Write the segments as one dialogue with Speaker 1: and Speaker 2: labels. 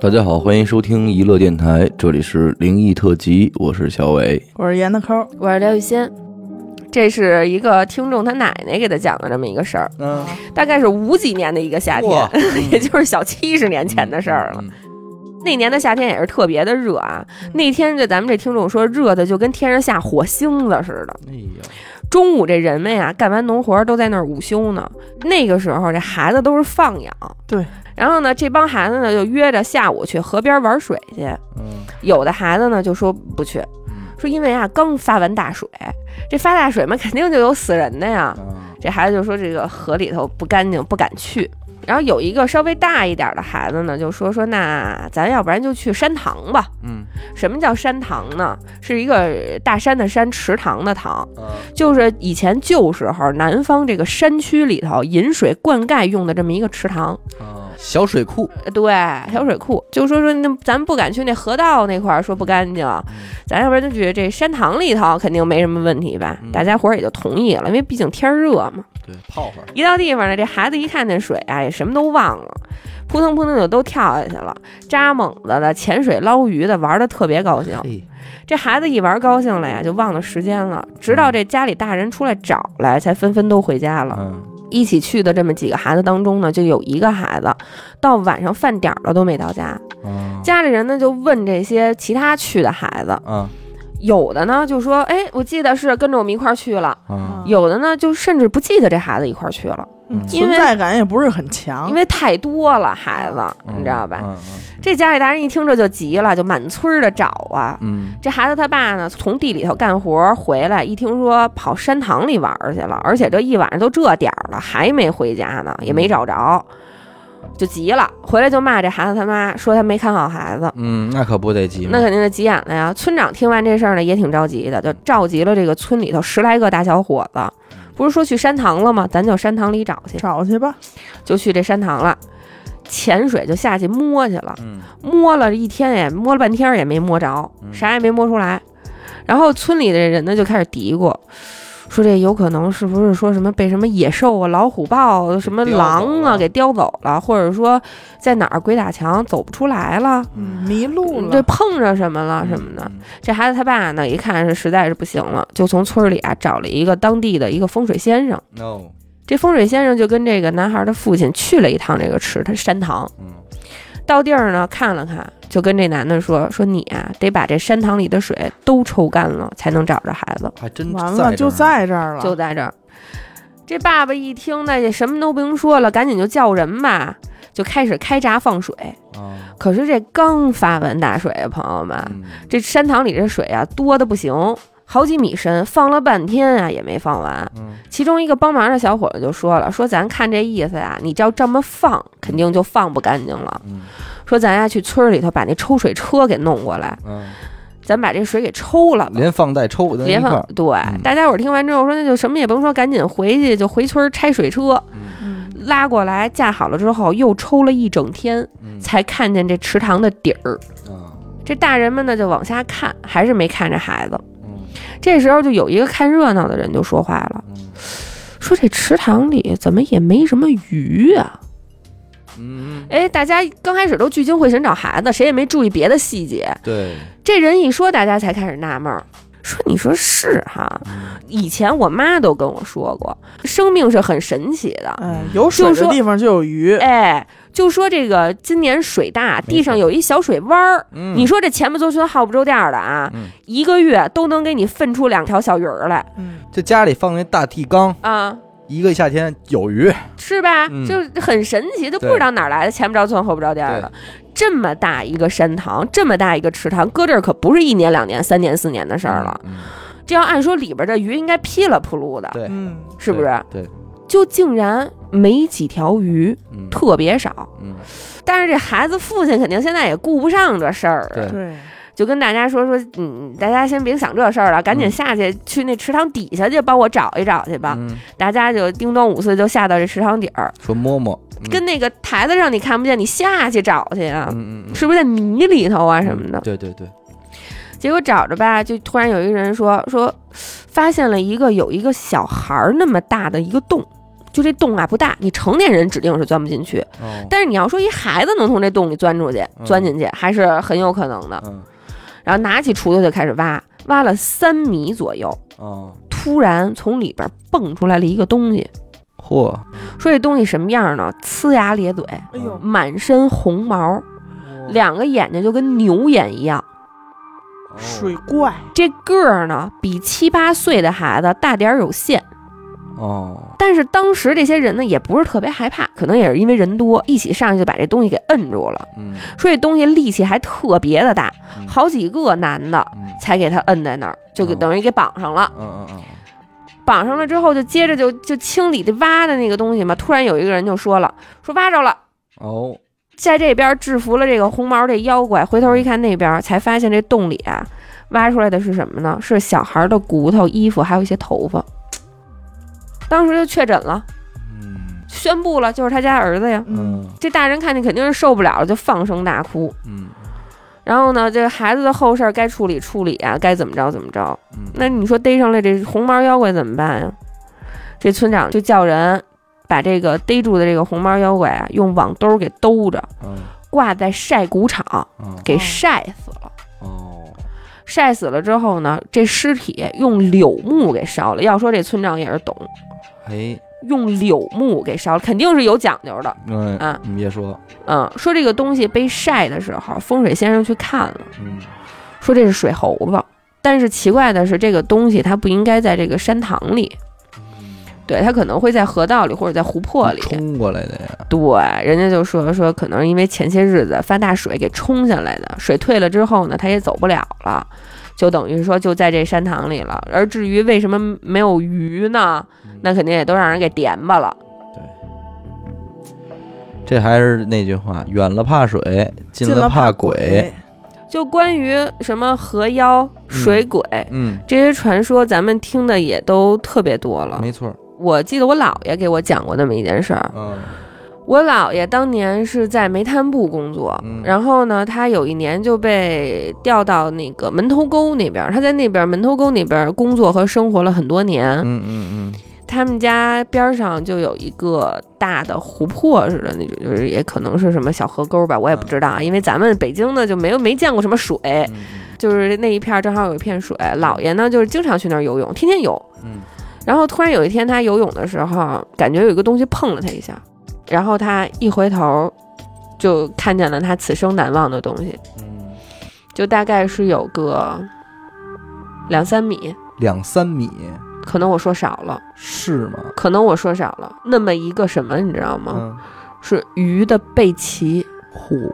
Speaker 1: 大家好，欢迎收听娱乐电台，这里是灵异特辑，我是小伟。
Speaker 2: 我是严的抠。
Speaker 3: 我是廖玉仙。这是一个听众他奶奶给他讲的这么一个事儿，
Speaker 1: 嗯，
Speaker 3: 大概是五几年的一个夏天
Speaker 1: 哇， 嗯
Speaker 3: 也就是小七十年前的事儿了。那年的夏天也是特别的热啊，那天这咱们这听众说热的就跟天上下火星子似的。
Speaker 1: 哎呀，
Speaker 3: 中午这人们呀，干完农活儿都在那儿午休呢。那个时候这孩子都是放养，
Speaker 2: 对。
Speaker 3: 然后呢，这帮孩子呢就约着下午去河边玩水去，
Speaker 1: 嗯
Speaker 3: 有的孩子呢就说不去，说因为啊刚发完大水，这发大水嘛肯定就有死人的呀。
Speaker 1: 嗯
Speaker 3: 这孩子就说这个河里头不干净，不敢去。然后有一个稍微大一点的孩子呢，就说说那咱要不然就去山塘吧。
Speaker 1: 嗯
Speaker 3: 什么叫山塘呢？是一个大山的山，池塘的塘，
Speaker 1: 嗯，
Speaker 3: 就是以前旧时候南方这个山区里头引水灌溉用的这么一个池塘。
Speaker 1: 小水库，
Speaker 3: 呃对，小水库就说说那咱不敢去那河道那块儿，说不干净，
Speaker 1: 嗯
Speaker 3: 咱要不然就觉得这山塘里头肯定没什么问题吧
Speaker 1: 嗯？
Speaker 3: 大家伙儿也就同意了，因为毕竟天儿热嘛。
Speaker 1: 对，泡会儿，
Speaker 3: 一到地方呢，这孩子一看见水啊，也什么都忘了，扑腾扑腾就都跳下去了，扎猛子的、潜水捞鱼的，玩的特别高兴。
Speaker 1: 嘿，
Speaker 3: 这孩子一玩高兴了呀，就忘了时间了，直到这家里大人出来找来，才纷纷都回家了。
Speaker 1: 嗯，
Speaker 3: 一起去的这么几个孩子当中呢，就有一个孩子到晚上饭点儿了都没到家，
Speaker 1: 嗯
Speaker 3: 家里人呢就问这些其他去的孩子，
Speaker 1: 嗯
Speaker 3: 有的呢就说，哎，我记得是跟着我们一块儿去了，
Speaker 1: 嗯，
Speaker 3: 有的呢就甚至不记得这孩子一块儿去了。
Speaker 2: 嗯
Speaker 3: 因
Speaker 2: 存
Speaker 3: 为
Speaker 2: 在感也不是很强，
Speaker 3: 因为太多了孩子，你知道吧？
Speaker 1: 啊嗯
Speaker 3: 这家里大人一听这就急了，就满村儿的找啊。
Speaker 1: 嗯
Speaker 3: 这孩子他爸呢，从地里头干活回来，一听说跑山塘里玩儿去了，而且这一晚上都这点儿了，还没回家呢，也
Speaker 1: 嗯
Speaker 3: 没找着，就急了，回来就骂这孩子他妈，说他没看好孩子。
Speaker 1: 嗯，那可不得急嘛，
Speaker 3: 那肯定是急眼了呀！村长听完这事儿呢，也挺着急的，就召集了这个村里头十来个大小伙子，
Speaker 1: 嗯
Speaker 3: 不是说去山塘了吗？咱就山塘里找去。
Speaker 2: 找去吧。
Speaker 3: 就去这山塘了，潜水就下去摸去了，
Speaker 1: 嗯
Speaker 3: 摸了一天也摸了半天也没摸着，
Speaker 1: 嗯
Speaker 3: 啥也没摸出来。然后村里的人呢就开始嘀咕，说这有可能是不是说什么被什么野兽啊、老虎豹、什么
Speaker 1: 叼走
Speaker 3: 狼
Speaker 1: 了
Speaker 3: 啊给叼走了，或者说在哪儿鬼打墙走不出来了，
Speaker 1: 嗯，
Speaker 2: 迷路
Speaker 3: 这
Speaker 2: 了，
Speaker 3: 碰着什么啊了什么的。这孩子他爸呢一看是实在是不行了，就从村里啊找了一个当地的一个风水先生。
Speaker 1: ，no，
Speaker 3: 这风水先生就跟这个男孩的父亲去了一趟这个池，他山塘，
Speaker 1: 嗯
Speaker 3: 到地儿呢看了看，就跟这男的说说你啊，得把这山塘里的水都抽干了，才能找着孩子，
Speaker 1: 还真
Speaker 2: 完了就
Speaker 1: 在
Speaker 2: 在这儿了，
Speaker 3: 就在这儿。这爸爸一听呢，也什么都不用说了，赶紧就叫人吧，就开始开闸放水。
Speaker 1: 这儿呢，
Speaker 3: 可是这刚发完大水啊，朋友们，
Speaker 1: 嗯
Speaker 3: 这山塘里这水啊多的不行，好几米深，放了半天啊也没放完。
Speaker 1: 嗯
Speaker 3: 其中一个帮忙的小伙子就说了：“说咱看这意思呀、你要这么放，肯定就放不干净了。
Speaker 1: 嗯
Speaker 3: 说咱呀去村儿里头把那抽水车给弄过来，
Speaker 1: 嗯，
Speaker 3: 咱把这水给抽了吧。”
Speaker 1: 连放带抽在一
Speaker 3: 别
Speaker 1: 块
Speaker 3: 放
Speaker 1: 儿，嗯
Speaker 3: 对，大家伙儿听完之后说，那就什么也甭说，赶紧回去就回村儿拆水车，
Speaker 2: 嗯，
Speaker 3: 拉过来架好了之后，又抽了一整天，
Speaker 1: 嗯
Speaker 3: 才看见这池塘的底儿。
Speaker 1: 嗯
Speaker 3: 这大人们呢就往下看，还是没看着孩子。
Speaker 1: 嗯
Speaker 3: 这时候就有一个看热闹的人就说话了，
Speaker 1: 嗯
Speaker 3: 说这池塘里怎么也没什么鱼啊？
Speaker 1: 嗯，
Speaker 3: 哎，大家刚开始都聚精会神找孩子，谁也没注意别的细节。
Speaker 1: 对，
Speaker 3: 这人一说，大家才开始纳闷儿，说你说是哈？
Speaker 1: 嗯
Speaker 3: 以前我妈都跟我说过，生命是很神奇的。
Speaker 2: 哎，有水
Speaker 3: 就
Speaker 2: 的
Speaker 3: 说
Speaker 2: 地方就有鱼，
Speaker 3: 哎，就说这个今年水大，
Speaker 1: 错
Speaker 3: 地上有一小水湾儿。
Speaker 1: 嗯
Speaker 3: 你说这前不着村后不着店儿的啊，
Speaker 1: 嗯
Speaker 3: 一个月都能给你分出两条小鱼儿来
Speaker 2: 嗯，
Speaker 1: 这家里放那大地缸，
Speaker 3: 啊，
Speaker 1: 一个夏天有鱼，
Speaker 3: 是吧？
Speaker 1: 嗯
Speaker 3: 就很神奇，就不
Speaker 1: 对
Speaker 3: 知道哪儿来的前不着村后不着店儿的。这么大一个山塘，这么大一个池塘，搁这儿可不是一年、两年、三年、四年的事儿了。
Speaker 1: 嗯，
Speaker 3: 这要按说里边这鱼应该噼里扑噜的，
Speaker 1: 对，
Speaker 2: 嗯，
Speaker 3: 是不是？
Speaker 1: 对，对
Speaker 3: 就竟然没几条鱼，
Speaker 1: 嗯
Speaker 3: 特别少。
Speaker 1: 嗯
Speaker 3: 但是这孩子父亲肯定现在也顾不上这事儿，啊
Speaker 1: 对嗯
Speaker 2: 对，
Speaker 3: 就跟大家说说，嗯，大家先别想这事儿了，赶紧
Speaker 1: 嗯
Speaker 3: 下去、去那池塘底下去帮我找一找去吧。
Speaker 1: 嗯
Speaker 3: 大家就叮咚五四就下到这池塘底儿，
Speaker 1: 说摸摸，嗯
Speaker 3: 跟那个台子上你看不见，你下去找去啊，
Speaker 1: 嗯嗯嗯
Speaker 3: 是不是在泥里头啊什么的？
Speaker 1: 对对对，
Speaker 3: 结果找着吧，就突然有一个人说说，发现了一个有一个小孩儿那么大的一个洞，就这洞啊不大，你成年人指定是钻不进去。
Speaker 1: 哦，
Speaker 3: 但是你要说一孩子能从这洞里钻出去、
Speaker 1: 嗯
Speaker 3: 钻进去，还是很有可能的。
Speaker 1: 嗯
Speaker 3: 然后拿起锄头就开始挖，挖了三米左右，
Speaker 1: 哦，
Speaker 3: 突然从里边蹦出来了一个东西。
Speaker 1: 嚯，
Speaker 3: 说这东西什么样呢？呲牙咧嘴，
Speaker 2: 哎呦，
Speaker 1: 哦
Speaker 3: 满身红毛，两个眼睛就跟牛眼一样。
Speaker 1: 哦
Speaker 2: 水怪，
Speaker 3: 这个儿呢，比七八岁的孩子大点儿有限。
Speaker 1: 哦，
Speaker 3: 但是当时这些人呢，也不是特别害怕，可能也是因为人多，一起上去就把这东西给摁住了。
Speaker 1: 嗯
Speaker 3: 说这东西力气还特别的大
Speaker 1: 嗯，
Speaker 3: 好几个男的
Speaker 1: 嗯
Speaker 3: 才给他摁在那儿，就给
Speaker 1: 哦
Speaker 3: 等于给绑上了。
Speaker 1: 嗯嗯嗯，
Speaker 3: 绑上了之后，就接着就就清理这挖的那个东西嘛。突然有一个人就说了，说挖着了。
Speaker 1: 哦，
Speaker 3: 在这边制服了这个红毛这妖怪，回头一看那边，才发现这洞里啊，挖出来的是什么呢？是小孩的骨头、衣服，还有一些头发。当时就确诊了，
Speaker 1: 嗯
Speaker 3: 宣布了就是他家儿子呀。
Speaker 2: 嗯，
Speaker 1: 嗯
Speaker 3: 这大人看见肯定是受不了了，就放声大哭。
Speaker 1: 嗯
Speaker 3: 然后呢，这孩子的后事儿该处理处理啊，该怎么着怎么着。
Speaker 1: 嗯，
Speaker 3: 那你说逮上来这红毛妖怪怎么办呀？这村长就叫人把这个逮住的这个红毛妖怪啊，用网兜儿给兜着，
Speaker 1: 嗯
Speaker 3: 挂在晒谷场。
Speaker 1: 嗯
Speaker 3: 给晒死了。
Speaker 1: 哦，
Speaker 3: 晒死了之后呢，这尸体用柳木给烧了。要说这村长也是懂，
Speaker 1: 嘿，
Speaker 3: 用柳木给烧了，肯定是有讲究的。
Speaker 1: 嗯
Speaker 3: 啊，
Speaker 1: 你别说，
Speaker 3: 嗯，说这个东西被晒的时候，风水先生去看了，
Speaker 1: 嗯
Speaker 3: 说这是水猴子。但是奇怪的是，这个东西它不应该在这个山塘里，对，它可能会在河道里或者在湖泊里。
Speaker 1: 嗯冲过来的呀，
Speaker 3: 对，人家就说说，可能是因为前些日子发大水给冲下来的，水退了之后呢，他也走不了了，就等于说就在这山塘里了。而至于为什么没有鱼呢？那肯定也都让人给填巴了。
Speaker 1: 这还是那句话，远了怕水，近了怕鬼，，
Speaker 3: 就关于什么河妖、水鬼、
Speaker 1: 嗯，
Speaker 3: 这些传说，咱们听的也都特别多了。
Speaker 1: 没错儿，
Speaker 3: 我记得我姥爷给我讲过那么一件事儿，
Speaker 1: 嗯
Speaker 3: 我姥爷当年是在煤炭部工作，
Speaker 1: 嗯
Speaker 3: 然后呢，他有一年就被调到那个门头沟那边儿。他在那边儿门头沟那边儿工作和生活了很多年。
Speaker 1: 嗯嗯嗯，
Speaker 3: 他们家边儿上就有一个大的湖泊似的那种，就是也可能是什么小河沟吧，我也不知道啊，因为咱们北京呢就没有没见过什么水，
Speaker 1: 嗯
Speaker 3: 就是那一片儿正好有一片水。姥爷呢就是经常去那儿游泳，天天游。
Speaker 1: 嗯
Speaker 3: 然后突然有一天，他游泳的时候，感觉有一个东西碰了他一下，然后他一回头，就看见了他此生难忘的东西，
Speaker 1: 嗯，
Speaker 3: 就大概是有个两三米，
Speaker 1: 两三米
Speaker 3: 可能我说少了，
Speaker 1: 是吗？
Speaker 3: 可能我说少了，那么一个什么，你知道吗？
Speaker 1: 嗯，
Speaker 3: 是鱼的背鳍，
Speaker 1: 嚯，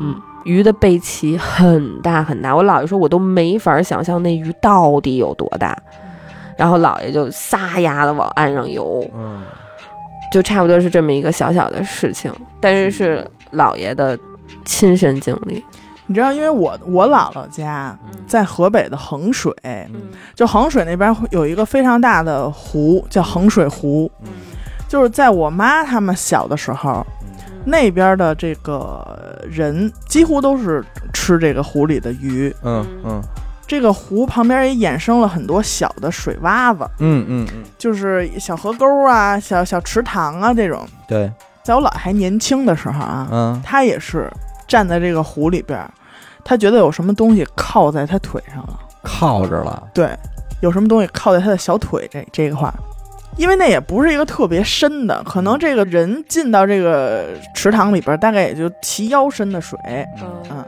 Speaker 3: 嗯。鱼的背鳍很大很大，我姥爷说我都没法想象那鱼到底有多大，然后姥爷就撒丫子往岸上游，
Speaker 1: 嗯，
Speaker 3: 就差不多是这么一个小小的事情，但是是姥爷的亲身经历。
Speaker 2: 你知道，因为我我姥姥家在河北的衡水，
Speaker 1: 嗯
Speaker 2: 就衡水那边会有一个非常大的湖，叫衡水湖。就是在我妈他们小的时候，那边的这个人几乎都是吃这个湖里的鱼。
Speaker 1: 嗯嗯
Speaker 2: 这个湖旁边也衍生了很多小的水洼子，
Speaker 1: 嗯嗯嗯，
Speaker 2: 就是小河沟啊、小小池塘啊这种。
Speaker 1: 对，
Speaker 2: 在我姥还年轻的时候啊，
Speaker 1: 嗯
Speaker 2: 他也是站在这个湖里边儿，他觉得有什么东西靠在他腿上了，
Speaker 1: 靠着了，
Speaker 2: 对，有什么东西靠在他的小腿这这一块儿，因为那也不是一个特别深的，可能这个人进到这个池塘里边儿，大概也就齐腰深的水，
Speaker 3: 嗯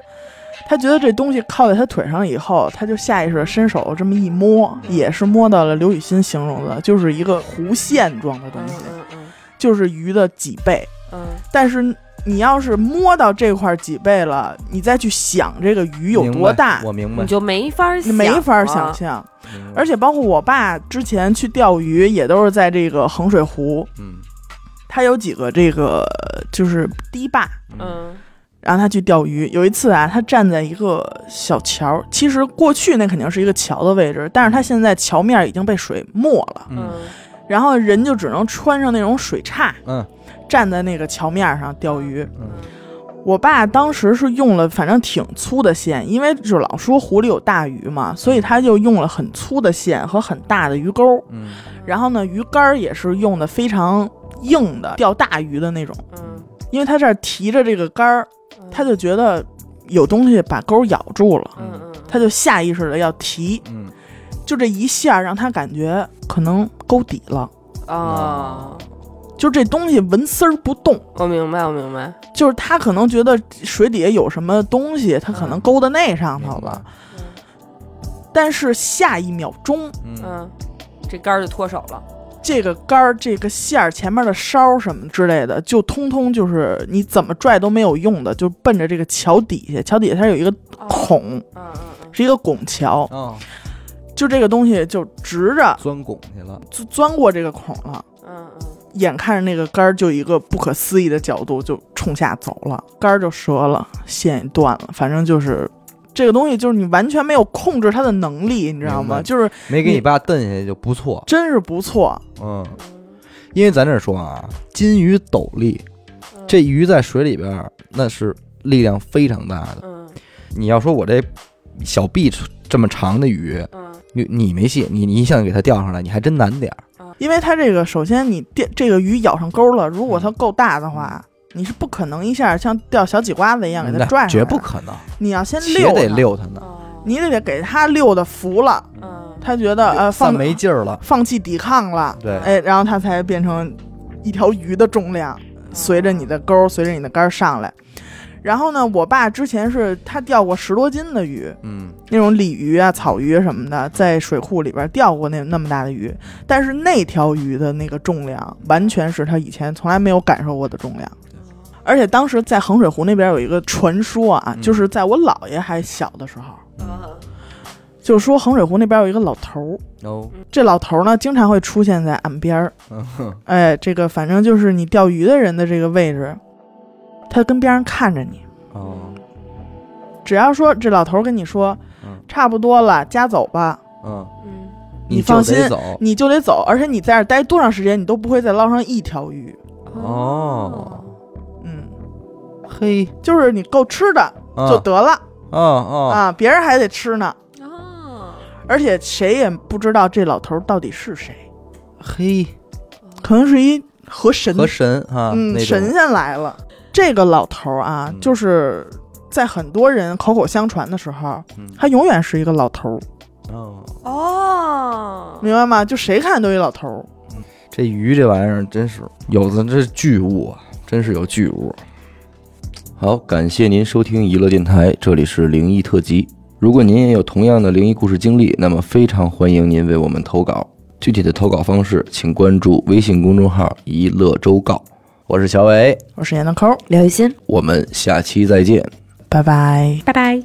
Speaker 2: 他觉得这东西靠在他腿上以后，他就下意识地伸手这么一摸，也是摸到了刘雨欣形容的，就是一个弧线状的东西，
Speaker 3: 嗯
Speaker 2: 就是鱼的几倍，
Speaker 3: 嗯
Speaker 2: 但是你要是摸到这块儿几倍了，你再去想这个鱼有
Speaker 1: 明
Speaker 2: 多
Speaker 1: 白
Speaker 2: 大，
Speaker 1: 我明白
Speaker 3: 你，就没法
Speaker 2: 你没法想
Speaker 3: 想。啊
Speaker 2: 象。
Speaker 1: 明白
Speaker 2: 而且包括我爸之前去钓鱼，也都是在这个衡水湖，
Speaker 1: 嗯
Speaker 2: 他有几个这个就是堤坝，
Speaker 3: 嗯
Speaker 2: 然后他去钓鱼。有一次啊，他站在一个小桥，其实过去那肯定是一个桥的位置，但是他现在桥面已经被水没了，
Speaker 1: 嗯
Speaker 2: 然后人就只能穿上那种水叉，
Speaker 1: 嗯，
Speaker 2: 站在那个桥面上钓鱼。
Speaker 1: 嗯
Speaker 2: 我爸当时是用了，反正挺粗的线，因为就是老说湖里有大鱼嘛，所以他就用了很粗的线和很大的鱼钩。
Speaker 1: 嗯
Speaker 2: 然后呢，鱼竿儿也是用的非常硬的，钓大鱼的那种。
Speaker 3: 嗯，
Speaker 2: 因为他这儿提着这个杆儿，
Speaker 3: 嗯
Speaker 2: 他就觉得有东西把钩咬住了，
Speaker 3: 嗯嗯，嗯
Speaker 2: 他就下意识的要提，
Speaker 1: 嗯，
Speaker 2: 就这一下让他感觉可能勾底了，
Speaker 3: 哦，
Speaker 2: 就这东西纹丝儿不动。
Speaker 3: 我明白，我明白，
Speaker 2: 就是他可能觉得水底下有什么东西，他可能勾到那上头
Speaker 1: 嗯
Speaker 2: 了，但是下一秒钟，
Speaker 1: 嗯
Speaker 3: 嗯，这杆儿就脱手了，
Speaker 2: 这个杆儿、这个线儿、前面的梢什么之类的，就通通就是你怎么拽都没有用的，就奔着这个桥底下。桥底下它有一个孔，
Speaker 3: 嗯嗯嗯，
Speaker 2: 是一个拱桥，
Speaker 1: 哦，
Speaker 2: 就这个东西就直着
Speaker 1: 钻拱去了，
Speaker 2: 就钻过这个孔了。
Speaker 3: 嗯
Speaker 2: 眼看着那个杆儿就一个不可思议的角度就冲下走了，杆儿就折了，线也断了，反正就是这个东西就是你完全没有控制它的能力，你知道
Speaker 1: 明
Speaker 2: 吗？
Speaker 1: 白
Speaker 2: 就是
Speaker 1: 没给
Speaker 2: 你
Speaker 1: 你爸蹬下去就不错。
Speaker 2: 真是不错，
Speaker 1: 嗯，
Speaker 3: 嗯
Speaker 1: 因为咱这说啊，金鱼斗笠，
Speaker 3: 嗯，
Speaker 1: 这鱼在水里边儿那是力量非常大的。
Speaker 3: 嗯
Speaker 1: 你要说我这小臂这么长的鱼，
Speaker 3: 嗯
Speaker 1: 你你没戏，你你一下给它钓上来，你还真难点儿。
Speaker 2: 因为它这个首先你电这个鱼咬上钩了，如果它够大的话。你是不可能一下像钓小几瓜子一样给它
Speaker 1: 嗯那
Speaker 2: 拽上来，
Speaker 1: 绝不！可能，
Speaker 2: 你要先
Speaker 1: 且
Speaker 2: 溜，
Speaker 1: 得，溜它呢。
Speaker 3: 哦，
Speaker 2: 你得给它溜的服了，
Speaker 3: 嗯，
Speaker 2: 它觉得呃
Speaker 1: 散
Speaker 2: 放
Speaker 1: 没劲儿了，
Speaker 2: 放弃抵抗了，
Speaker 1: 对，
Speaker 2: 哎，然后它才变成一条鱼的重量。随着你的钩儿，随着你的杆儿上来。然后呢，我爸之前是他钓过十多斤的鱼，
Speaker 1: 嗯，
Speaker 2: 那种鲤鱼啊、草鱼什么的，在水库里边钓过那那么大的鱼，但是那条鱼的那个重量，完全是他以前从来没有感受过的重量。而且当时在衡水湖那边有一个传说啊，
Speaker 1: 嗯
Speaker 2: 就是在我姥爷还小的时候，
Speaker 3: 嗯，
Speaker 2: 就说衡水湖那边有一个老头儿，
Speaker 1: 哦，
Speaker 2: 这老头儿呢经常会出现在岸边儿，
Speaker 1: 嗯哼
Speaker 2: 哎，这个反正就是你钓鱼的人的这个位置，他跟边上看着你，
Speaker 1: 哦，
Speaker 2: 只要说这老头儿跟你说，
Speaker 1: 嗯
Speaker 2: 差不多了，家走吧，
Speaker 1: 嗯，
Speaker 3: 嗯，
Speaker 2: 你
Speaker 1: 就
Speaker 2: 放心
Speaker 1: 得走，
Speaker 2: 你就得走，而且你在这儿待多长时间，你都不会再捞上一条鱼。
Speaker 1: 哦，
Speaker 2: 嗯，
Speaker 1: 嘿，
Speaker 2: 就是你够吃的就
Speaker 1: 啊
Speaker 2: 得了
Speaker 1: 啊啊，
Speaker 2: 啊，别人还得吃呢，
Speaker 3: 哦，
Speaker 2: 而且谁也不知道这老头儿到底是谁，
Speaker 1: 嘿，
Speaker 2: 可能是一河神，
Speaker 1: 和神啊，
Speaker 2: 嗯，
Speaker 1: 那
Speaker 2: 神
Speaker 1: 种，
Speaker 2: 仙来了。这个老头儿啊，
Speaker 1: 嗯
Speaker 2: 就是在很多人口口相传的时候，
Speaker 1: 嗯
Speaker 2: 他永远是一个老头儿。
Speaker 1: 哦，
Speaker 3: 哦，
Speaker 2: 明白吗？就谁看都一老头儿。
Speaker 1: 这鱼这玩意儿真是有的，这是巨物啊，真是有巨物。
Speaker 4: 好，感谢您收听娱乐电台，这里是灵异特辑。如果您也有同样的灵异故事经历，那么非常欢迎您为我们投稿。具体的投稿方式，请关注微信公众号“一乐周告”。我是小伟，
Speaker 2: 我是闫德抠儿，
Speaker 3: 刘雨欣，
Speaker 4: 我们下期再见。
Speaker 2: 拜拜。
Speaker 3: 拜拜。